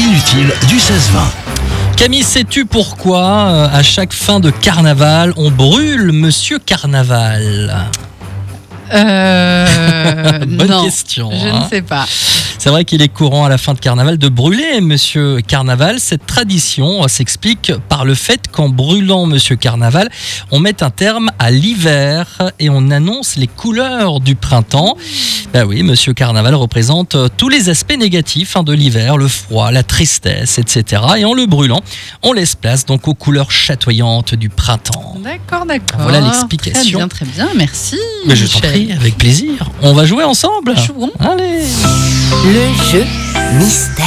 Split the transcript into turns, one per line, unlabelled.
fil du 16-20.
Camille, sais-tu pourquoi euh, à chaque fin de carnaval, on brûle Monsieur Carnaval
Euh,
Bonne
non,
question.
Je
hein.
ne sais pas.
C'est vrai qu'il est courant à la fin de carnaval de brûler Monsieur Carnaval. Cette tradition euh, s'explique par le fait qu'en brûlant Monsieur Carnaval, on met un terme à l'hiver et on annonce les couleurs du printemps. Ben oui, Monsieur Carnaval représente euh, tous les aspects négatifs hein, de l'hiver, le froid, la tristesse, etc. Et en le brûlant, on laisse place donc aux couleurs chatoyantes du printemps.
D'accord, d'accord.
Voilà l'explication.
Très bien, très bien. Merci.
Mais je t'en
Michel.
prie, avec plaisir. On va jouer ensemble.
Jouons.
Allez.
Le jeu mystère.